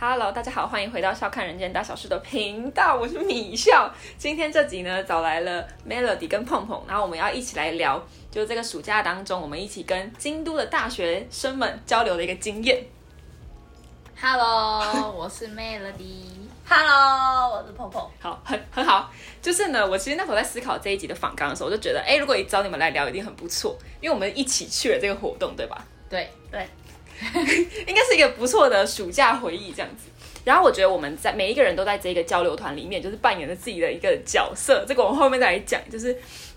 Hello，大家好，欢迎回到《笑看人间大小事》的频道，我是米笑。今天这集呢，找来了 Melody 跟碰碰，然后我们要一起来聊，就是这个暑假当中，我们一起跟京都的大学生们交流的一个经验。 Hello，我是 Melody。 Hello，我是碰碰。好，很很好。就是呢，我其实那时候在思考这一集的访纲的时候，我就觉得，哎，如果找你们来聊，一定很不错，因为我们一起去了这个活动，对吧？对，对，应该是一个不错的暑假回忆这样子。然后我觉得我们在每一个人都在这个交流团里面，就是扮演着自己的一个角色。这个我们后面再来讲，就是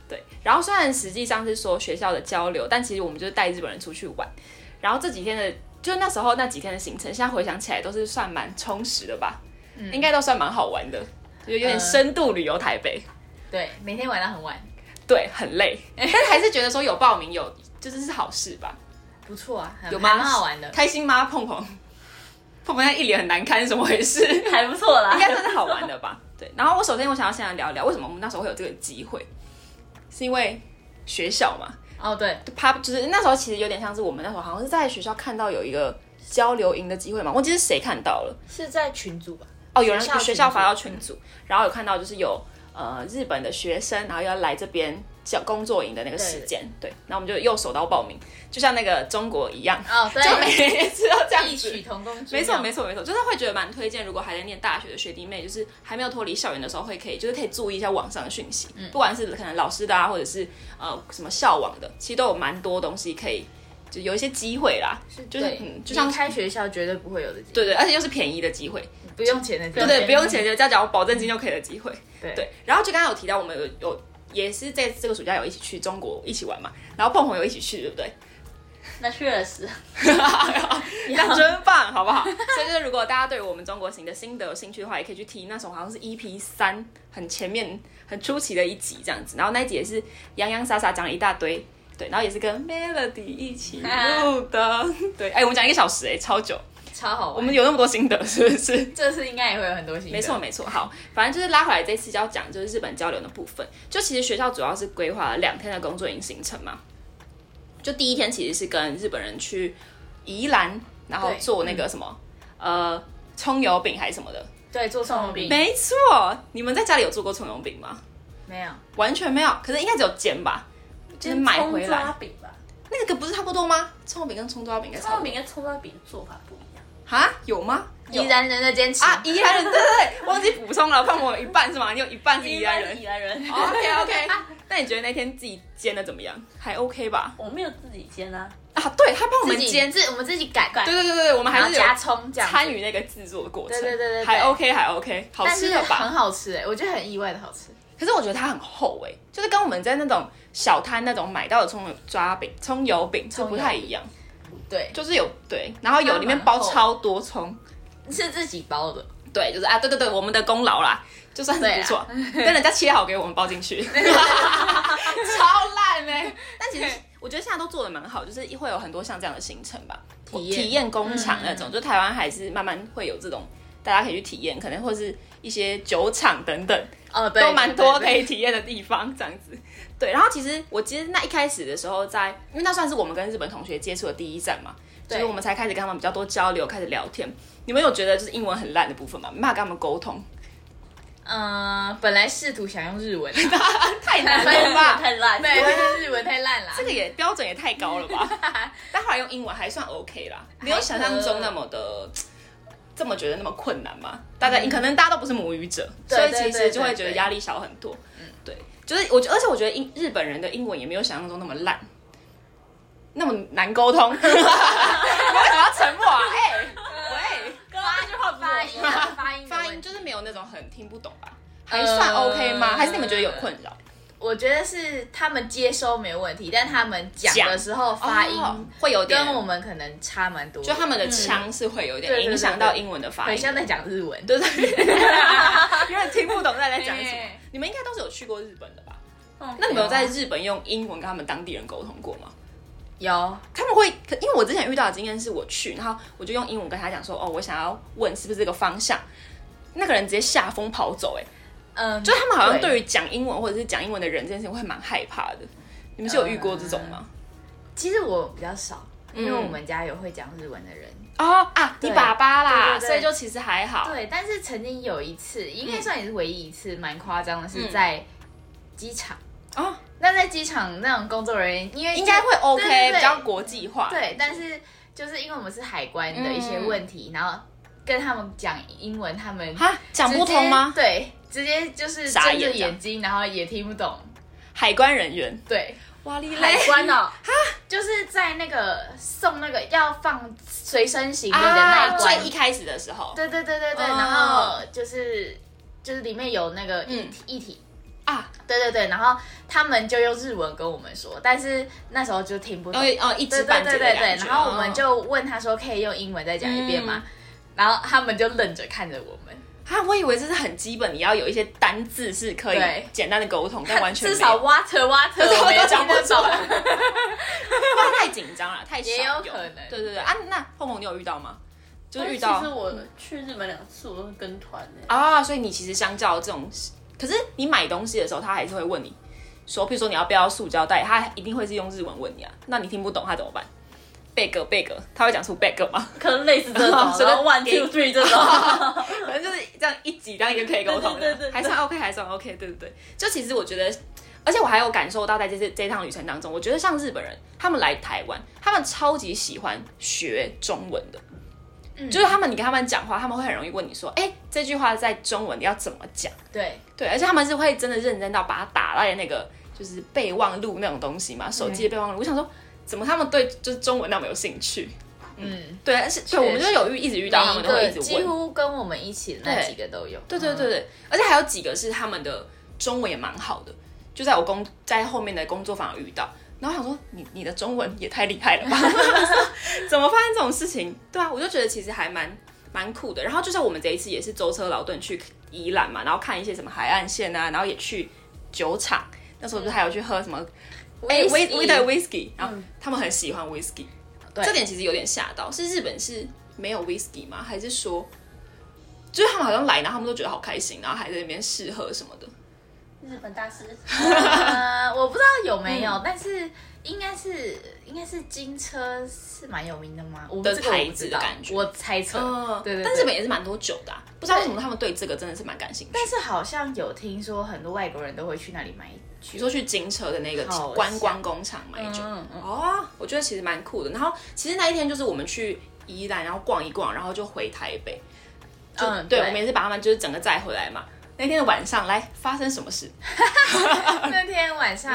对。然后虽然实际上是说学校的交流，但其实我们就是带日本人出去玩。然后这几天的，就那时候那几天的行程，现在回想起来都是算蛮充实的吧，嗯应该都算蛮好玩的，就有点呃深度旅游台北。对，每天玩到很晚，对，很累， 但是还是觉得说有报名有，就是是好事吧。不错啊，很有吗？蛮好玩的。开心吗？碰碰，碰碰他一脸很难堪，怎么回 事？应还不错啦。该算是好玩的吧？对。然后我首先我想要先来聊聊，为什么我们那时候会有这个机会，是因为学校嘛，哦，对，就怕就是那时候其实有点像是我们那时候好像是在学校看到有一个交流营的机会嘛，忘记是谁看到了。是在群组吧？哦，有人学校群组学校发到群组，然后有看到就是有呃日本的学生，然后要来这边叫工作营的那个时间，对，那我们就又手到报名，就像那个中国一样，哦，对，就 每次都这样异曲子。同工之妙。没错，没错，没错，就是会觉得蛮推荐。如果还在念大学的学弟妹，就是还没有脱离校园的时候，会可以就是可以注意一下网上的讯息，不管是可能老师的啊，或者是呃什么校网的，其实都有蛮多东西可以，就有一些机会啦。就是对嗯，就像离开学校绝对不会有的，对对，而且又是便宜的机会，不用钱的，对对，不用钱就交缴保证金就可以的机会。对对，然后就刚刚有提到我们有有也是在这个暑假有一起去中国一起玩嘛，然后碰红有一起去，对不对？那确实，那真棒，好不好？所以就是如果大家对我们中国行的心得有兴趣的话，也可以去听那时候好像是 EP 三，很前面很出奇的一集这样子。然后那一集也是洋洋洒洒讲了一大堆，对，然后也是跟 Melody 一起录的，对，哎，我们讲一个小时、哎，超久，超好玩。我们有那么多心得，是不是？这次应该也会有很多新的，没错，没错。好，反正就是拉回来这次要讲就是日本交流的部分。就其实学校主要是规划了两天的工作营行程嘛。就第一天其实是跟日本人去宜兰，然后对做那个什么、呃葱油饼还是什么的。对，做送红饼没错，你们在家里有做过葱油饼吗？没有，完全没有，可是应该只有煎吧，就是买回葱抓来饼吧。那个不是差不多吗？葱油饼跟葱抓饼应该葱差油不饼多跟葱抓饼的做法不一样。啊？有吗？宜兰人的坚持啊，宜兰人对对对，忘记补充了，碰我一半是吗？你有一半是宜兰人宜。兰人，哦 OK OK，那你觉得那天自己煎的怎么样？还 OK 吧？我没有自己煎啊，啊，对，他帮我自们己煎，自我们自己改改对，对对对，我们然还后是有加葱这样子，参与那个制作的过程，对对对对对还 OK 还 OK，好但吃是的很吧？好吃哎，我觉得很意外的好吃。可是我觉得它很厚诶、就是跟我们在那种小摊那种买到的葱油抓饼、葱油饼是不太一样，对，就是有对，然后有它里面蛮包厚超多葱，是自己包的，对，就是啊，对对对，我们的功劳啦，就算是对啊不 错，但人家切好给我们包进 去，超烂呢、但 其实我觉得现在都做的蛮好，就是会有很多像这样的行程吧，体验体验嗯工厂那种，就台湾还是慢慢会有这种。大家可以去体验，可能或是一些酒厂等等，哦，对，都蛮多对可以体验的地方，这样子。对，然后其实我其实那一开始的时候在，因为那算是我们跟日本同学接触的第一站嘛，所对以我们才开始跟他们比较多交流，开始聊天。你们有觉得就是英文很烂的部分吗？没办法跟他们沟通，嗯，本来试图想用日文，太难了 吧？太烂。对，但是日文太烂了。这个也标准也太高了 吧？但后来用英文还算 OK 啦，没有想象中那么的。这么觉得那么困难吗？大家、可能大家都不是母语者，嗯对所以对其对实就会对觉得对嗯压力小很多。对，就是我觉得，而且我觉得英日本人的英文也没有想象中那么烂，那么难沟 通。为什么要沉默啊？哎、喂，刚刚那句话不呃发音啊，发音，发音。就是没有那种很听不懂吧？还算 OK 吗？呃还是你们觉得有困扰？我觉得是他们接收没有问题，但他们讲讲的时候发音哦会有点跟我们可能差蛮多的，就他们的腔是会有嗯点对对影响到英文的发很音，像在讲日文。对对 对，有点听不懂大家在讲什么对。你们应该都是有去过日本的吧？嗯那你们有在日本用英文跟他们当地人沟通过吗？有，他们会，可因为我之前遇到的经验是我去，然后我就用英文跟他讲说，哦，我想要问是不是这个方向，那个人直接吓疯跑走、哎，嗯，就他们好像对对于讲英文或者是讲英文的人这件事情会蛮害怕的。你们是有遇过这种吗？其实我比较少，因为我们家有会讲日文的人。哦啊，你对爸爸啦，对对对所以就其实还好。对，但是曾经有一次，应该算也是唯一一次，蛮夸张的，是在机场。哦，那在机场那种工作人员，因为应该会 OK，对对对比较国际化。对，但是就是因为我们是海关的一些问题，然后跟他们讲英文，他们哈，讲不通吗直？接对，直接就是傻睁眼着这样眼睛，然后也听不懂。海关人员，对，哇哩嘞海关啊哦，就是在那个送那个要放随身行李的那啊，一关，最一开始的时候对对对对对，哦然后就是就是里面有那个一嗯体、一体，啊，对对对，然后他们就用日文跟我们说，但是那时候就听不懂因。为哦一对知对半对解的对感对，觉。然后我们哦就问他说可以用英文再讲一遍吗？嗯然后他们就愣着看着我们，啊，我以为这是很基本，你要有一些单字是可以对简单的沟通，但完全 至少没有 water water 我们都也讲听不得出懂。来， 不然太紧张了，太少也有用可能对对对啊，那碰碰你有遇到吗？就但是是遇到其实我去日本两次，我都是跟团的。啊，所以你其实相较这种，可是你买东西的时候，他还是会问你说，譬如说你要不要塑胶袋，他一定会是用日文问你啊。那你听不懂他怎么办？bag bag，他会讲出 bag 吗？可能类似这种，哦所以然后 one 给 two three 这种， 反正就是这样一集，这样就可以沟通了，对对对对对还算 OK，还算 OK，对对对。就其实我觉得，而且我还有感受到，在这次这趟旅程当中，我觉得像日本人，他们来台湾，他们超级喜欢学中文的。嗯就是他们，你跟他们讲话，他们会很容易问你说：“哎、这句话在中文要怎么讲？”对，对，而且他们是会真的认真到把它打在那个就是备忘录那种东西嗯嘛，手机的备忘录。我想说，怎么他们对就是中文那么有兴趣？嗯，对，而且确对，我们就有遇一直遇到他每们一都会个一直几问，乎跟我们一起的那对几个都有。对对对对，而且还有几个是他们的中文也蛮好的，就在我工在后面的工作坊有遇到，然后我想说你你的中文也太厉害了吧，怎么发生这种事情？对啊，我就觉得其实还蛮蛮酷的。然后就像我们这一次也是舟车劳顿去宜兰嘛，然后看一些什么海岸线啊，然后也去酒厂，那时候不是还有去喝什么哎威威对 whisky，然后他们很喜欢 whisky，嗯对这点其实有点吓到，是日本是没有 whisky 吗？还是说？就是他们好像来，然后他们都觉得好开心，然后还在那边试喝什么的。日本大师，呃，我不知道有没嗯有，但是应该是应该是金车是蛮有名的吗？我的这个我牌不子知的道感觉我猜测。嗯对对对嗯但日本也是蛮多酒的、啊，不知道为什么他们对这个真的是蛮感兴趣。但是好像有听说很多外国人都会去那里买比如说去金车的那个好观光工厂买酒，嗯嗯哦，我觉得其实蛮酷的。然后其实那一天就是我们去宜兰，然后逛一逛，然后就回台北。就嗯对，对我们也是把他们就是整个载回来嘛。那天的晚上，来发生什么事那天晚上、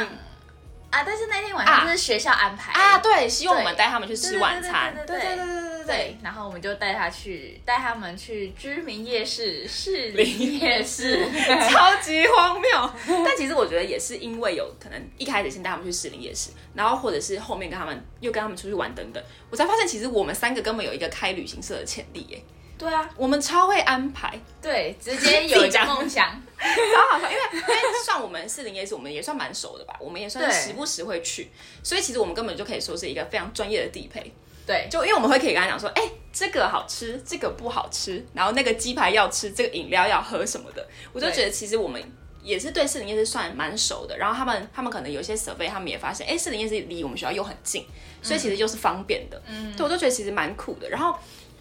啊，但是那天晚嗯啊上就是学校安排啊？对，希望我们对带他们去吃晚餐。对对对对对对对，然后我们就带他去，带他们去知名夜市、士林林夜市。 超级荒 谬。但其实我觉得也是因为有可能一开始先带他们去士林夜市，然后或者是后面跟他们又跟他们出去玩等等，我才发现其实我们三个根本有一个开旅行社的潜力耶。对啊，我们超会安 排，对，直接有一个梦想。超好笑，啊因为 因为算我们士林夜市，我们也算蛮熟的吧，我们也算对时不时会去，所以其实我们根本就可以说是一个非常专业的地陪。对，就因为我们会可以跟他讲说，哎、这个好吃，这个不好吃，然后那个鸡排要吃，这个饮料要喝什么的，我就对觉得其实我们也是对士林夜市算蛮熟的。然后他们他们可能有些 survey，他们也发现，哎、士林夜市离我们学校又很近，嗯所以其实又是方便的。嗯，对，我就觉得其实蛮酷的。然后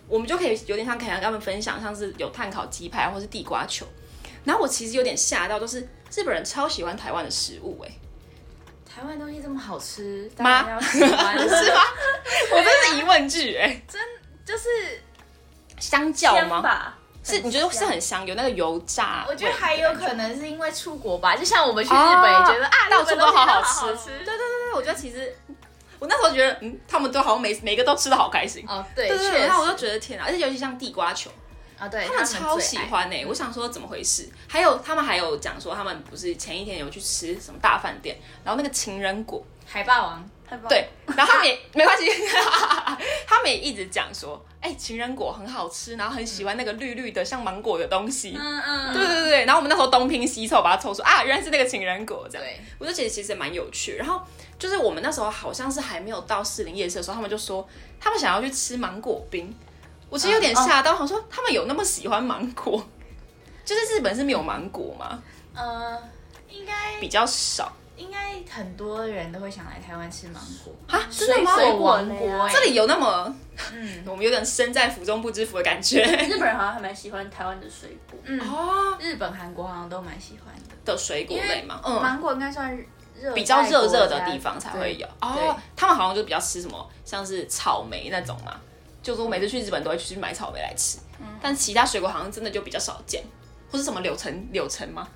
我们就可以有点像可以跟他们分享，像是有碳烤鸡排或是地瓜球。然后我其实有点吓到，就是日本人超喜欢台湾的食物、哎。台湾东西这么好吃，妈大家要喜欢 是吗？我真是疑问句哎、就是相较香吗？吧？是你觉得是很香，有那个油炸味。我觉得还有可能是因为出国吧，就像我们去日哦本也觉得啊，到日处本都东西好好好吃吃。对对对对，我觉得其实我那时候觉得，嗯，他们都好像每每个都吃的好开心。哦，对，对对确对，实然后我就觉得天啊，而且尤其像地瓜球，啊，对，他们超最喜爱嗯欢呢、欸我想说怎么回事？还有他们还有讲说，他们不是前一天有去吃什么大饭店，然后那个情人果，海霸王，太棒 了，对，然后他们也没关系， 他们也一直讲说，哎、情人果很好吃，然后很喜欢那个绿绿的像芒果的东西。嗯嗯，对对对对，然后我们那时候东拼西凑把它凑出啊，原来是那个情人果这样。对，我就觉得其实蛮有趣。然后就是我们那时候好像是还没有到士林夜市的时候，他们就说他们想要去吃芒果冰，我其实有点吓到，我说他们有那么喜欢芒 果？就是日本是没有芒果吗？呃，应该比较少，应该很多人都会想来台湾吃芒果，啊，真的吗？水水果王王国国欸哎、这里有那么，嗯 我们有点身在福中不知福的感觉。日本人好像还蛮喜欢台湾的水果，嗯，哦，日本、韩国好像都蛮喜欢的，的水果因类为嘛，嗯，芒果应该算热比较啊热热的地方才会有。哦，他们好像就比较吃什么，像是草莓那种嘛。就是我每次去日本都会去买草莓来吃，但其他水果好像真的就比较少见，或是什么柳橙柳橙吗？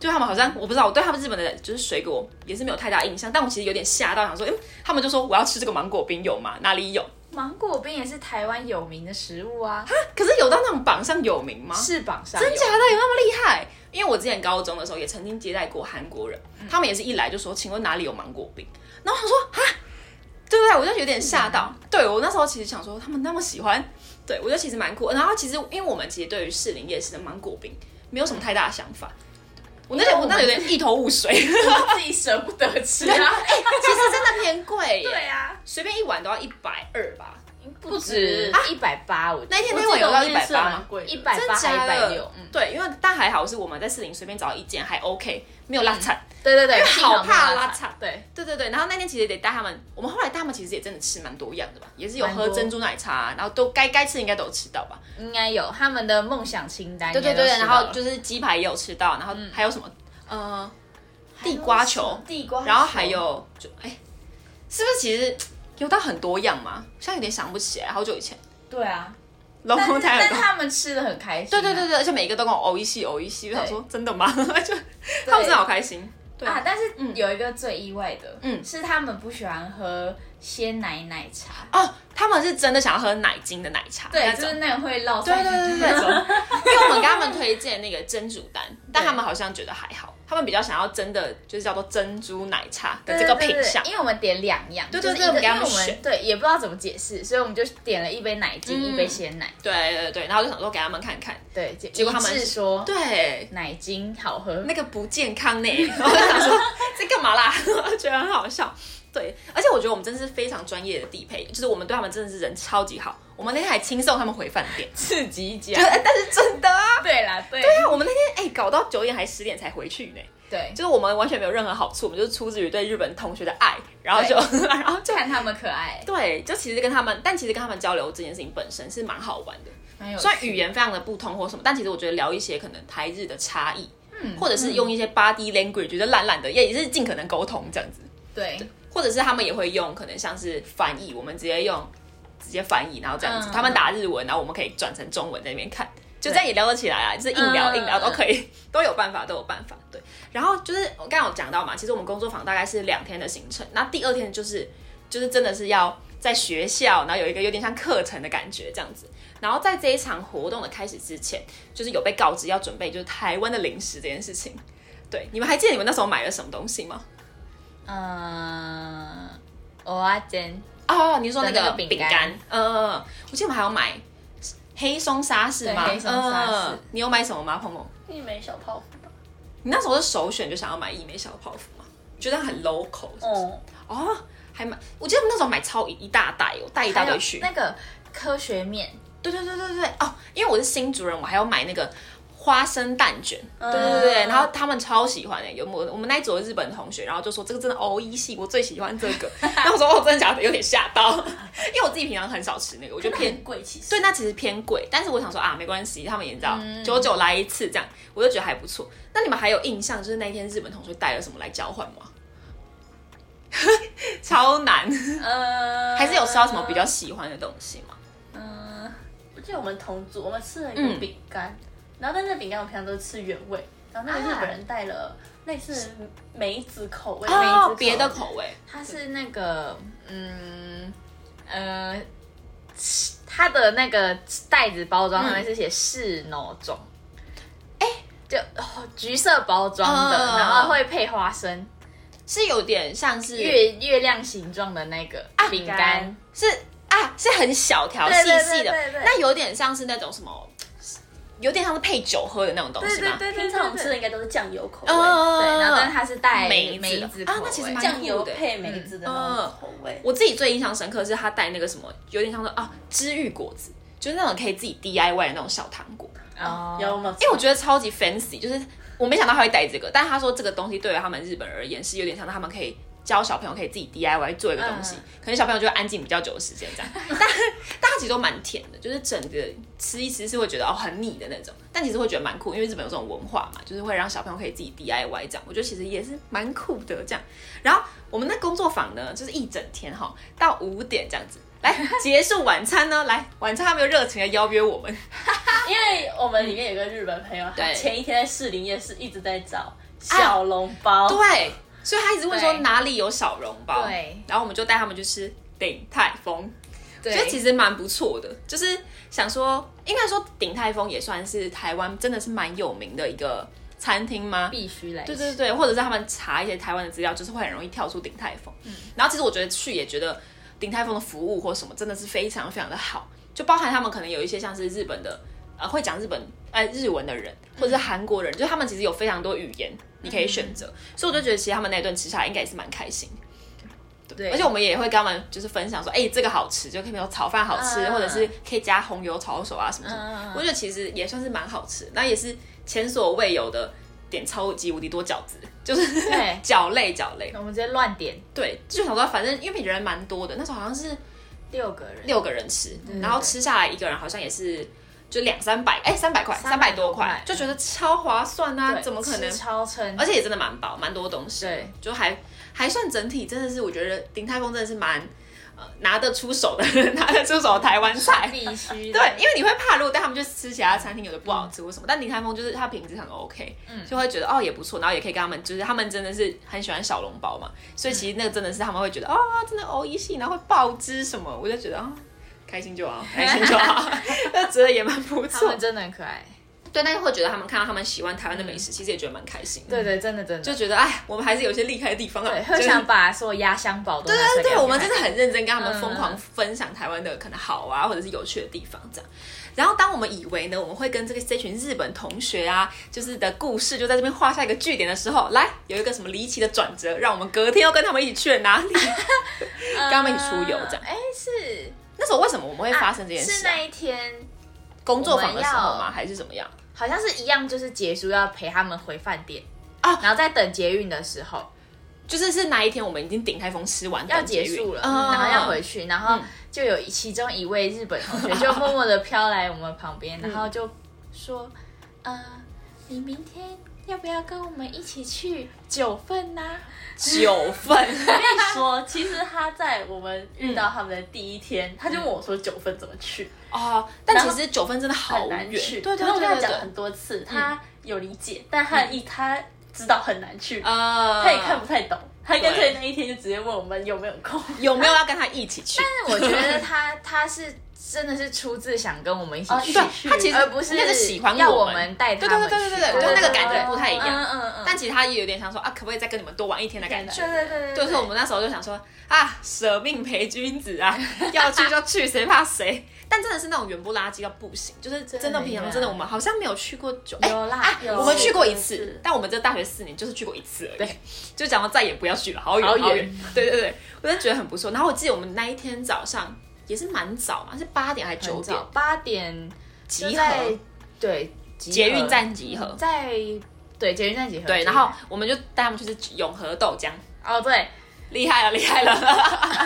就他们好像我不知道，我对他们日本的就是水果也是没有太大印象，但我其实有点吓到，想说，哎、他们就说我要吃这个芒果冰有吗？哪里有？芒果冰也是台湾有名的食物啊，可是有到那种榜上有名吗？翅膀上真有假的有那么厉害？因为我之前高中的时候也曾经接待过韩国人，他们也是一来就说：“请问哪里有芒果冰？”然后我说：“啊，对不对？”我就有点吓到。对我那时候其实想说，他们那么喜欢，对我就其实蛮酷。然后其实因为我们其实对于士林夜市的芒果冰没有什么太大的想法，我那天因为我我们那有点一头雾 水。自己舍不得吃啊，其实真的偏贵耶，对啊，随便一碗都要一百二吧。不止啊一百八，我那一天我那碗有到一百八吗？贵，一百真八还假一百的六，嗯，对，因为但还好是我们在士林随便找一间还 OK，没有拉惨。对对对，哎幸好好怕没有拉拉惨惨，对，对对对，然后那天其实得带他们，我们后来带他们其实也真的吃蛮多样的吧，也是有蛮喝多珍珠奶茶啊、然后都该该吃应该都有吃到吧。应该有他们的梦想清单，对对应该对，都然吃到后了就是鸡排也有吃到，然后还有什么、呃地有瓜什球么，地瓜，然后还有就哎，是不是其实有到很多样嘛？现在有点想不起来，好久以前。对啊，龙但宫是台但有是到。他们吃的很开心对啊，对对对，而且每一个都跟我哦一西哦一西，我想说真的吗？ 就对，他们真的好开心。对啊！但是有一个最意外的，嗯嗯，是他们不喜欢喝鲜奶奶茶，哦，他们是真的想要喝奶精的奶茶，对那，就种是那种会落对腮对对对，对，因为我们跟他们推荐那个蒸煮蛋，但他们好像觉得还好，他们比较想要真的就是叫做珍珠奶茶的这个品相对对对对因为我们点两样，对就对是对一个我们给他因们为我们选对也不知道怎么解释，所以我们就点了一杯奶精，一杯鲜奶，对对对对，然后就想说给他们看看，对，结结果他们一致说对，奶精好喝，那个不健康呢，我就想说在干嘛啦，我觉得很好笑。对，而且我觉得我们真的是非常专业的地陪，就是我们对他们真的是人超级好，我们那天还轻送他们回饭店，刺激对奖，，但是真的啊，对啦，对对啊，我们那天哎、搞到九点还十点才回去呢。对，就是我们完全没有任何好处，我们就是出自于对日本同学的爱，然后就 然后就看他们可爱，对，就其实跟他们，但其实跟他们交流这件事情本身是蛮好玩的。蛮有趣虽然语言非常的不通或什么，但其实我觉得聊一些可能台日的差异，嗯，或者是用一些 body language 就懒懒的，也也是尽可能沟通这样子，对或者是他们也会用可能像是翻译，我们直接用直接翻译，然后这样子，嗯他们打日文，然后我们可以转成中文在那边看，就对这样也聊得起来啊，就是硬聊嗯硬聊都可以， 都有办法，都有办法。对，然后就是我刚刚有讲到嘛，其实我们工作坊大概是两天的行程，那第二天就是就是真的是要在学校，然后有一个有点像课程的感觉这样子。然后在这一场活动的开始之前，就是有被告知要准备就是台湾的零食这件事情。对，你们还记得你们那时候买了什么东西吗？嗯，蚵仔煎，哦，你说那的那个个饼饼干干，嗯嗯，嗯我记得我们还有买黑松沙士吗？对黑松沙士嗯你有买什么吗，鹏鹏？一枚小泡芙吧，你那时候是首选就想要买一枚小泡芙吗？觉得很 local 嗯是不是哦，哦，还买，我记得我们那时候买超一一大袋，我带一大还有堆去。那个科学面，对对对对对哦，因为我是新主人，我还要买那个花生蛋卷。嗯嗯对对对对，然后他们超喜欢的、欸有我我们那一组的日本同学，然后就说这个真的欧一系，我最喜欢这 个。然后我说哦，真的假的？有点吓到，因为我自己平常很少吃那个，我觉 得偏很贵，其实对，那其实偏贵，但是我想说啊，没关系，他们也知道，久久来一次这样，我就觉得还不错。那你们还有印象，就是那天日本同学带了什么来交换吗？ 超难，呃，还是有吃到什么比较喜欢的东西吗？嗯，我记得我们同组，我们吃了一嗯个饼干，然后但是那个饼干我们平常都吃原味，然后那个日本人带了类似梅子口味，梅啊哦子，别的口味它是那个嗯呃，它的那个袋子包装上面是写是哪种，哎、就、哦橘色包装的，嗯然后会配花生，是有点像是月月亮形状的那个啊饼饼干干，是啊，是很小条对细对细的对对对，那有点像是那种什么，有点像是配酒喝的那种东西吗？对平常我们吃的应该都是酱油口味，哦对，然后但是它是带梅子梅子啊口那其实味蛮酱油配梅子的嗯那种口味。我自己最印象深刻是他带那个什么，有点像是啊知遇果子，就是那种可以自己 DIY 的那种小糖果。哦有吗？因为我觉得超级 fancy，就是我没想到他会带这个，但他说这个东西对于他们日本人而言是有点像他们可以教小朋友可以自己 DIY 做一个东西，嗯可能小朋友就会安静比较久的时间这样。但但它其实都蛮甜的，就是整个吃一吃是会觉得哦很腻的那种，但其实会觉得蛮酷，因为日本有这种文化嘛，就是会让小朋友可以自己 DIY 这样，我觉得其实也是蛮酷的这样。然后我们的工作坊呢，就是一整天哈，到五点这样子。来结束晚餐呢？来晚餐他们又热情的邀约我们，因为我们里面有个日本朋友，他嗯对啊前一天在士林夜市一直在找小笼包，对，所以他一直问说对哪里有小笼包，对，然后我们就带他们去吃鼎泰丰，对，所以其实蛮不错的，就是想说，应该说鼎泰丰也算是台湾真的是蛮有名的一个餐厅吗？必须来对吃。对对，或者是他们查一些台湾的资料，就是会很容易跳出鼎泰丰。嗯然后其实我觉得去也觉得鼎泰丰的服务或什么真的是非常非常的好，就包含他们可能有一些像是日本的呃会讲日本呃日文的人，嗯或者是韩国人，就是他们其实有非常多语言你可以选择，嗯所以我就觉得其实他们那一顿吃下来应该也是蛮开心的。对而且我们也会跟他们就是分享说，哎、这个好吃，就可以比如说炒饭好吃，嗯或者是可以加红油炒手啊什么什么。嗯嗯嗯我觉得其实也算是蛮好吃，那也是前所未有的点超级无敌多饺子， 就是对饺类饺类。我们直接乱点对，就想说反正因为人蛮多的，那时候好像是六个人，六个人吃，然后吃下来一个人好像也是。就两三百，哎、三百块，三百多块块，就觉得超划算啊！对怎么可能吃？超撑？而且也真的蛮饱，蛮多东西，对，就还还算整体，真的是我觉得鼎泰丰真的是蛮呃拿得出手的， 拿得出手的台湾菜，必须的对，因为你会怕，如果带他们去吃其他餐厅，有的不好吃或什么。但林泰丰就是它品质很 OK，就会觉得哦也不错，然后也可以跟他们，就是他们真的是很喜欢小笼包嘛，所以其实那个真的是他们会觉得哦真的哦一系，然后会爆汁什么，我就觉得啊、开心 就好，开心就好，那觉得也蛮不他错们。真的很可爱。对，但是会觉得他们看到他们喜欢台湾的美食，其实也觉得蛮开心的，对对，真的真的，就觉得哎我们还是有一些厉害的地方啊，对，就很是想把所有压箱宝都拿出对来对，给我们看真的很认真跟他们嗯疯狂分享台湾的可能好啊，或者是有趣的地方这样。然后当我们以为呢，我们会跟这个这群日本同学啊，就是的故事就在这边画下一个句点的时候，来有一个什么离奇的转折，让我们隔天要跟他们一起去了哪 里？跟他们一起出游这样嗯哎，是那时候为什么我们会发生这件是事、啊那一天，工作坊的时候我们吗？要还是怎么样？好像是一样，就是结束要陪他们回饭店啊然后在等捷运的时候就是是哪一天我们已经顶台风吃完要等捷结运束了，嗯然后要回去，然后就有一其中一位日本同学就默默的飘来我们旁边，嗯然后就说，呃，你明天。要不要跟我们一起去九份啊呐、九 份，我跟你说，其实他在我们遇嗯到他们的第一天，他就问我说九份怎么去，哦，但其实九份真的好很远，难去。对对可是我对跟他对讲对，嗯很多次，他有理解，但他一他知道很难去，啊，他也看不太懂。他干脆对那一天就直接问我们有没有空，呃有没有要跟他一起去？但是 我觉得他他是真的是出自想跟我们一起哦去，一起 对啊他其实而不应该是是喜欢要我我们们带对他对们对对去对对，就那个感觉不太一嗯样。嗯嗯，但其实他也有点想说啊，可不可以再跟你们多玩一天的感觉？对对对对，就是我们那时候就想说啊，舍命陪君子啊，要去就去，谁怕谁？但真的是那种远不拉几到不行，就是真的的平常呀真的我们好像没有去过九，哎有啦啊有我们去过一有次一次，但我们这大学四年就是去过一次而已对，就讲到再也不要去了，好远好好远远。对对对，我真的觉得很不错。然后我记得我们那一天早上也是蛮早嘛，是八点还是九九点点八点集就合在，对，集合捷运站集合。在对捷运站集合，对，然后我们就带他们去吃永和豆浆，哦对厉害了，厉害了。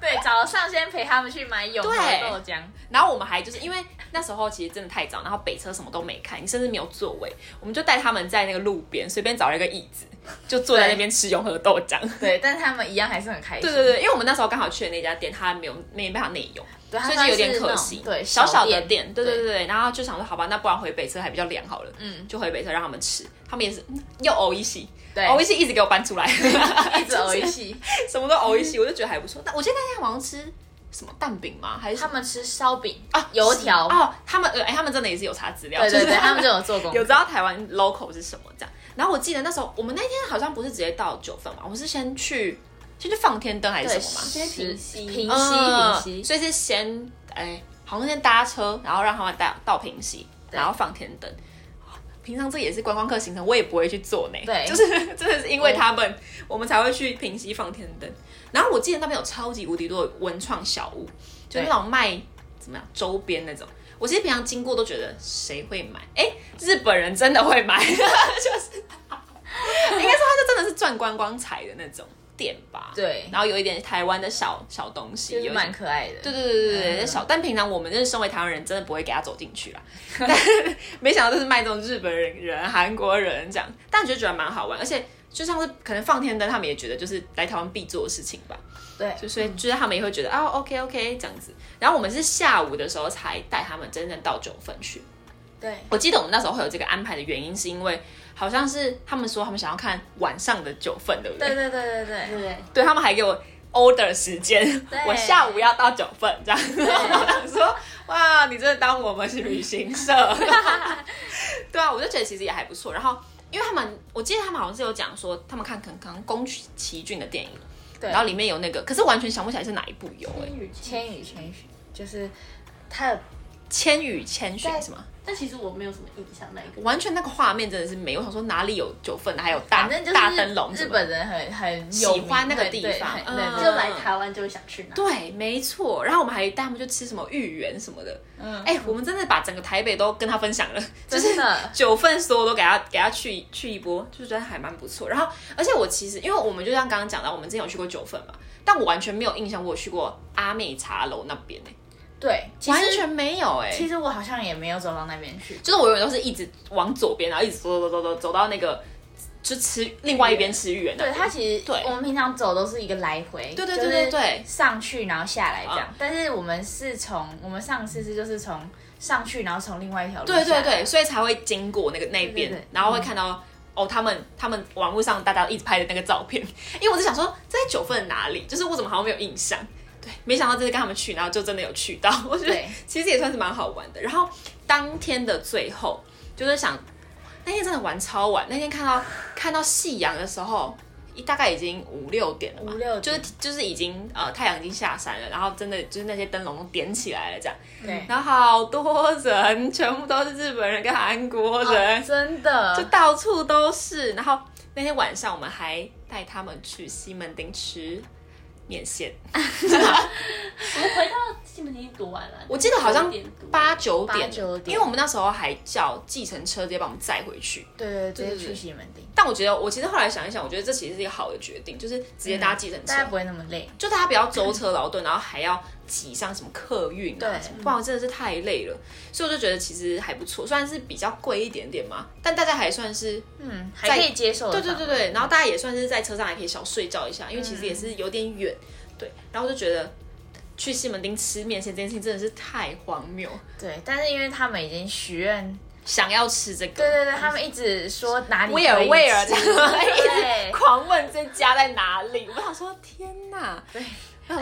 对，早上先陪他们去买永和对豆浆，然后我们还就是因为那时候其实真的太早，然后北车什么都没开，你甚至没有座位，我们就带他们在那个路边随便找了一个椅子，就坐在那边吃永和豆浆。对，但是他们一样还是很开心，对对对，因为我们那时候刚好去的那家店，它没有没办法内用，对，它所以算就是有点可惜。那种对，小小的店，店，对对对对。然后就想说，好吧，那不然回北车还比较凉好了，嗯，就回北车让他们吃。他们也是嗯又偶一席，对，偶一席一直给我搬出来， 一直偶一起，什么都偶一席，嗯我就觉得还不错。但我记得那天好像吃什么蛋饼吗？还是什他么们吃烧饼啊油条，哦，他们呃哎、他们真的也是有查资料，对对就对，是他们就有做工，有知道台湾 local 是什么这样。然后我记得那时候我们那天好像不是直接到九份嘛，我们是先去先去放天灯还是对，什么嘛？是平息平息嗯平息，所以是先哎、好像先搭车，然后让他们到到平溪，对然后放天灯。平常这也是观光客行程，我也不会去做呢。对 就是真的是因为他们，我们才会去平溪放天灯。然后我记得那边有超级无敌多的文创小屋，就是那种卖怎么样周边那种。我其实平常经过都觉得谁会买？哎、日本人真的会买， 就是应该说他就真的是赚观光财的那种店吧。对然后有一点台湾的小小东西，就是有一蛮点。可爱的。对对对对对，嗯小，但平常我们就是身为台湾人，真的不会给他走进去啦。但没想到这是卖这种日本人、人韩国人这样，但就觉得蛮好玩，而且就像是可能放天灯，他们也觉得就是来台湾必做的事情吧。对就所以就是他们也会觉得啊、o k OK 这样子。然后我们是下午的时候才带他们真正到九份去。对，我记得我们那时候会有这个安排的原因，是因为好像是他们说他们想要看晚上的九份，对不对？对对对对对对，对他们还给我 order 时间对，我下午要到九份这样。我想说，哇，你真的当我们是旅行 社？对啊，我就觉得其实也还不错。然后，因为他们，我记得他们好像是有讲说，他们看可能可能宫崎骏的电影，对。然后里面有那个，可是完全想不起来是哪一部有哎、千与千与千寻就是他的千与千寻是吗？但其实我没有什么印象那一个。完全那个画面真的是没有，我想说哪里有九份的，还有大反正就是大灯笼什日么的本人很很喜有名欢那个很地对方很嗯对对就来台湾就会想去哪？对，没错。然后我们还带他们去吃什么芋圆什么的。嗯哎、我们真的把整个台北都跟他分享了，就是真 的九份所有都给他给他去去一波，就觉得还蛮不错。然后，而且我其实因为我们就像刚刚讲到，我们之前有去过九份嘛，但我完全没有印象我有去过阿妹茶楼那边、欸、对，其完实全没有哎、其实我好像也没有走到那边去，就是我永远都是一直往左边，然后一直走走走走走走到那个就吃另外一边吃芋圆那对边。它其实对我们平常走都是一个来回，对对就是对对对上去然后下来这样嗯。但是我们是从我们上次是就是从上去然后从另外一条路对下对来对，所以才会经过那个那对对嗯边对，然后会看到哦，他们他们网络上大家一直拍的那个照片，因为我就想说这在九份哪里，就是我怎么好像没有印象。对，没想到这次跟他们去，然后就真的有去到， 我觉得对其实也算是蛮好玩的。然后当天的最后，就是想那天真的玩超晚，那天看到看到夕阳的时候，一大概已经五六点了嘛，五六就点是就是已经呃太阳已经下山了，然后真的就是那些灯笼都点起来了这样，对然后好多人，全部都是日本人跟韩国人，哦真就的到处都是。然后那天晚上，我们还带他们去西门町吃面线，我们回到西门町已经多晚了，我记得好像九点多八九点，八九点因为我们那时候还叫计程车直接把我们载回去。对对对对，直对接对去西门町，但我觉得，我其实后来想一想，我觉得这其实是一个好的决定，就是直接搭计程车大，家不会那么累。就大家不要舟车劳顿，然后还要挤上什么客运啊，对什么不然我真的是太累了。所以我就觉得其实还不错，虽然是比较贵一点点嘛，但大家还算是嗯，还可以接受的对范对围。对对，然后大家也算是在车上还可以小睡觉一下，因为其实也嗯是有点远，对。然后就觉得去西门町吃面线这件事情真的是太荒谬，对，但是因为他们已经许愿，想要吃这对个，对对，他们一直说哪里威尔可以威尔吃这样一对直狂问这家在哪里，我想说天哪，而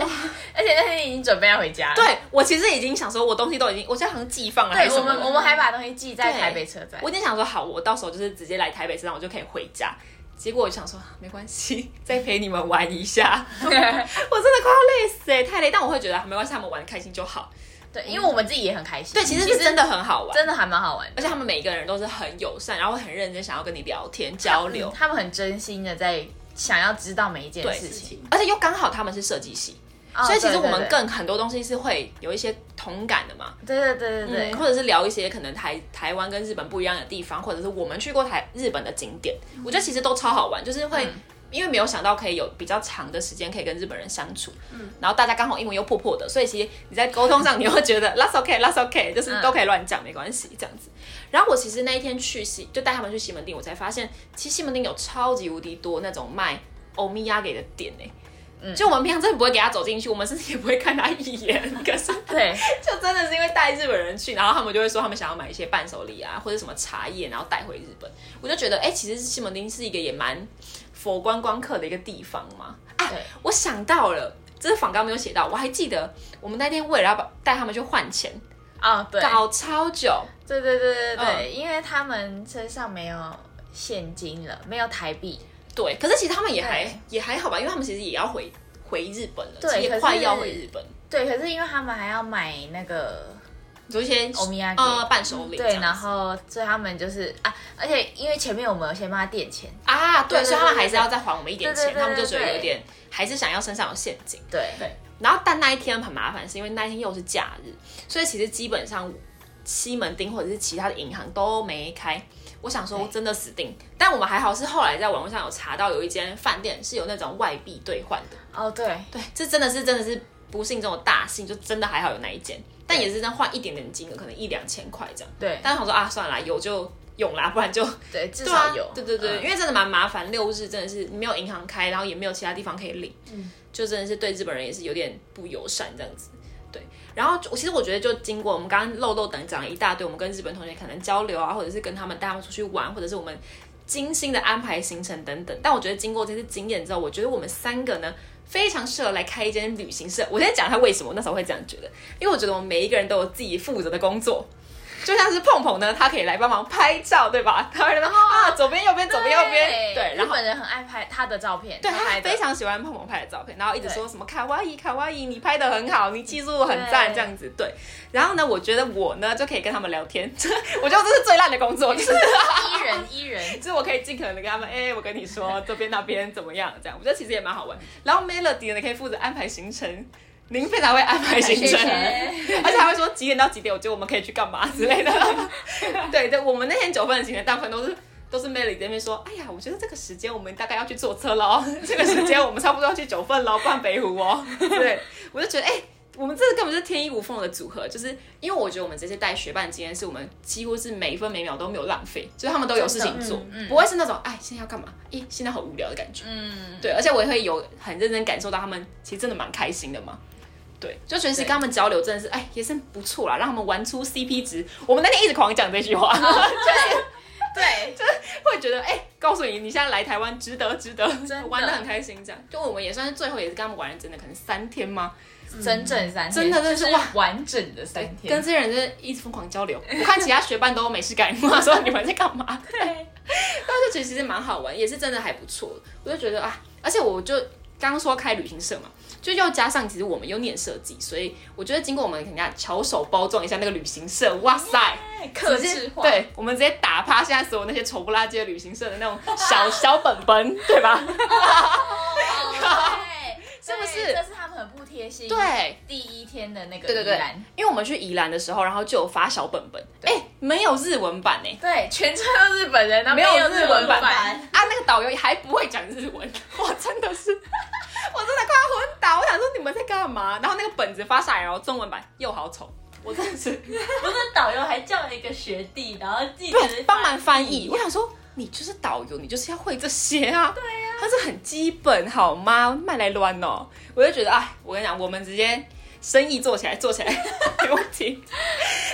且那天已经准备要回家了。对我其实已经想说我东西都已经，我现在好像寄放了还对，是什我么们的我们还把东西寄在对台北车站我。已经想说好，我到时候就是直接来台北车站，我就可以回家。结果我就想说没关系，再陪你们玩一下， 我真的快要累死哎、太累。但我会觉得没关系，他们玩得开心就好。对，因为我们自己也很开心。对，其实是真的很好玩，真的还蛮好玩的，而且他们每一个人都是很友善，然后会很认真想要跟你聊天交流 嗯，他们很真心的在想要知道每一件对事事情，情，而且又刚好他们是设计系，哦所以其实我对们对更很多东西是会有一些同感的嘛。对对对对对嗯，或者是聊一些可能台台湾跟日本不一样的地方，或者是我们去过台日本的景点，我觉得其实都超好玩，就是会。因为没有想到可以有比较长的时间可以跟日本人相处，嗯，然后大家刚好英文又破破的，所以其实你在沟通上你会觉得 that's okay that's okay，就是嗯都可以乱讲没关系这样子。然后我其实那一天去西就带他们去西门町，我才发现其实西门町有超级无敌多那种卖欧米亚给的店哎、就我们平常真的不会给他走进去，我们甚至也不会看他一眼，可 是对就真的是因为带日本人去，然后他们就会说他们想要买一些伴手礼啊，或者什么茶叶，然后带回日本。我就觉得，哎、其实西门町是一个也蛮佛观光客的一个地方嘛。啊对，我想到了，这是访纲没有写到，我还记得我们那天为了要把带他们去换钱，啊对搞嗯超久，对对对对对，因为他们身上没有现金了，没有台币，对，可是其实他们也还对也还好吧，因为他们其实也要回回日本了，对其实也可是快要回日本，对，可是因为他们还要买那个有一些欧米亚给呃伴手礼这样对，子，然后所以他们就是啊，而且因为前面我们有先帮他垫钱，啊，对，对对所以他们对对还是要再还我们一点对对钱，对他们就觉得对有点还是想要身上有现金。对对然后但那一天很麻烦，是因为那一天又是假日，所以其实基本上西门町或者是其他的银行都没开。我想说对真的死定，但我们还好是后来在网络上有查到有一间饭店是有那种外币兑换的，哦，对，对，这真的是真的是不幸中的大幸，就真的还好有那一间，但也是那换一点点金额，可能一两千块这样。对，但是想说啊，算了啦，有就用啦，不然就对，至对啊少有，，对对对，嗯因为真的蛮麻烦，六日真的是没有银行开，然后也没有其他地方可以领，嗯就真的是对日本人也是有点不友善这样子。对，然后我其实我觉得，就经过我们刚刚漏漏等讲了一大堆，我们跟日本同学可能交流啊，或者是跟他们带他们出去玩，或者是我们精心的安排行程等等。但我觉得经过这次经验之后，我觉得我们三个呢非常适合来开一间旅行社。我先讲一下为什么我那时候会这样觉得，因为我觉得我们每一个人都有自己负责的工作。就像是碰碰呢，他可以来帮忙拍照，对吧？ 他会来帮忙啊，左边右边，左边右边，对，然嗯日后本人很爱拍他的照片，对他他拍的非常喜欢碰碰拍的照片，然后一直说什么卡哇伊卡哇伊，你拍的很好，你技术很赞对这样子。对，然后呢，我觉得我呢就可以跟他们聊天， 我觉得这是最烂的工作，就是伊人伊人，就是我可以尽可能的跟他们，哎、我跟你说这边那边怎么样，这样我觉得其实也蛮好玩。然后 Melody 呢可以负责安排行程。您非常会安排行程，谢谢而且还会说几点到几点，我觉得我们可以去干嘛之 类的。对对，我们那天九份的行程大部分都是都是 Melly 在那边说，哎呀，我觉得这个时间我们大概要去坐车了哦，这个时间我们差不多要去九份喽，逛北湖哦。 对，我就觉得哎。我们这个根本就是天衣无缝的组合，就是因为我觉得我们这些带学伴经验，是我们几乎是每一分每秒都没有浪费，就是他们都有事情真的做，嗯嗯不会是那种哎现在要干嘛，咦现在好无聊的感觉。嗯，对，而且我也会有很认真感受到他们其实真的蛮开心的嘛。对，就觉得是对跟他们交流真的是，哎，也是不错啦，让他们玩出 CP 值。我们那天一直狂讲这句话，啊对， 会觉得，哎，告诉你，你现在来台湾值得，值得真，的玩的很开心，这样。就我们也算是最后也是跟他们玩了，真的可能三天吗？整整三天，真的真的是就哇完整的三对跟天，这些人就是一直疯狂交流。 我看其他学伴都没事干，我想说你们在干嘛？对，但是其实蛮好玩，也是真的还不错。我就觉得啊，而且我就刚刚说开旅行社嘛，就又加上其实我们又念设计，所以我觉得经过我们人家巧手包装一下那个旅行社，哇塞！克直接制化，对，我们直接打趴现在所有那些丑不拉几的旅行社的那种小 小本本，对吧？ 对，是不是对这是他们很不贴心，，对，第一天的那个对对对宜兰因为我们去宜兰的时候，然后就有发小本本，哎、没有日文版哎、对，全车都日本人，然后没有有日文文版啊，那个导游还不会讲日 文，我真的是，我真的快要昏倒。我想说你们在干嘛？然后那个本子发下来，然后中文版又好丑，我真的是不是导游还叫了一个学弟，然后记者对帮忙翻译。我想说你就是导游，你就是要会这些啊。嗯对呀、它是很基本好吗？卖来乱哦，我就觉得哎，我跟你讲，我们直接。生意做起来，做起来 没问题。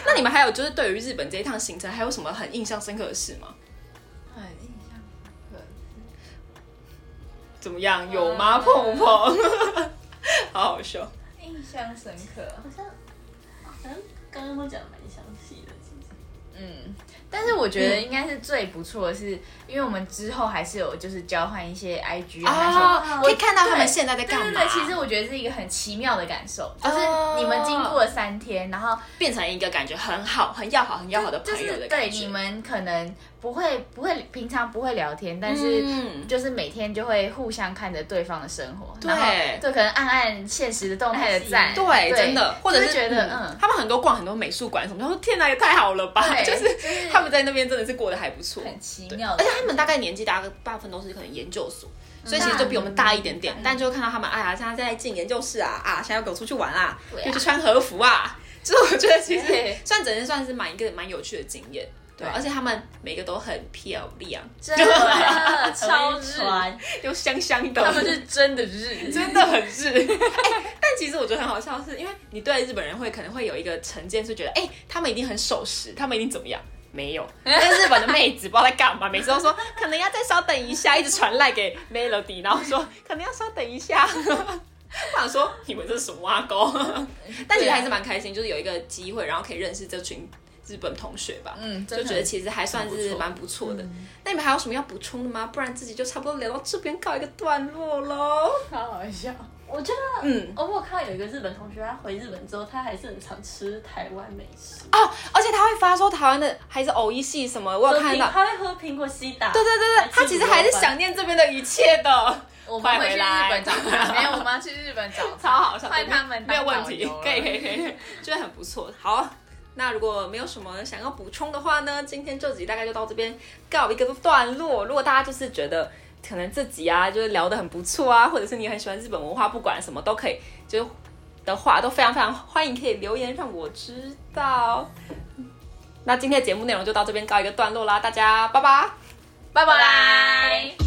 那你们还有就是对于日本这一趟行程，还有什么很印象深刻的事吗？很印象深刻。怎么样？有吗？嗯碰碰， 好好笑。印象深刻，好像好像刚刚都讲得蛮详细的，其实嗯，但是我觉得应该是最不错的是，因为我们之后还是有就是交换一些 IG 啊那些啊，可以看到他们现在在对干嘛。对对，其实我觉得是一个很奇妙的感受，就是哦你们经过了三天，然后变成一个感觉很好、很要好、很要好的就朋友是的对感觉。你们可能不会不会平常不会聊天，但是。嗯，就是每天就会互相看着对方的生活，对哎然后对，可能暗暗现实的动态的赞，对，真的，或者就是觉得嗯嗯，他们很多逛很多美术馆什么，他说天哪，也太好了吧！对就是就是他们在那边真的是过得还不错，很奇对妙而的且他们大概年纪大概大部分都是可能研究所，所以其实那就比我们大一点点，嗯但就会看到他们，哎呀，现在在进研究室啊啊，现在要跟我出去玩啊，对啊又去穿和服啊，就是我觉得其实对算整是算是蛮一个蛮有趣的经验。对，对而且他们每个都很漂亮，真的 超很日会，传又香香的，他们是真的日，真的很日。 哎但其实我觉得很好笑的是，因为你对日本人会可能会有一个成见，是觉得哎、他们一定很守时，他们一定怎么样。没有，但是日本的妹子不知道在干嘛，每次都说可能要再稍等一下，一直传赖给 Melody，然后说 可能要稍等一下。我想说你们这是什么啊狗？但其实还是蛮开心，就是有一个机会，然后可以认识这群日本同学吧。嗯，就真的觉得其实还算很不是错蛮不错的。那你们还有什么要补充的吗？不然自己就差不多聊到这边告一个段落喽。超好笑，我觉得，嗯哦，我有看到有一个日本同学，他回日本之后，他还是很常吃台湾美食，哦，而且他会发说台湾的还是偶一系什么，我有看到喝苹。他会喝苹果西打，对对对对，他其实还是想念这边的一切的，我们快会回去日来本找他，没有，我们要去日本找超 他。好笑的，换他们没有当问导题游，了可以可以可以，觉得很不错。好，那如果没有什么想要补充的话呢，今天这集大概就到这边告一个段落。如果大家就是觉得可能自己啊，就是聊得很不错啊，或者是你很喜欢日本文化，不管什么都可以，就是的话都非常非常欢迎可以留言让我知道。那今天的节目内容就到这边告一个段落啦，大家拜拜。拜拜拜。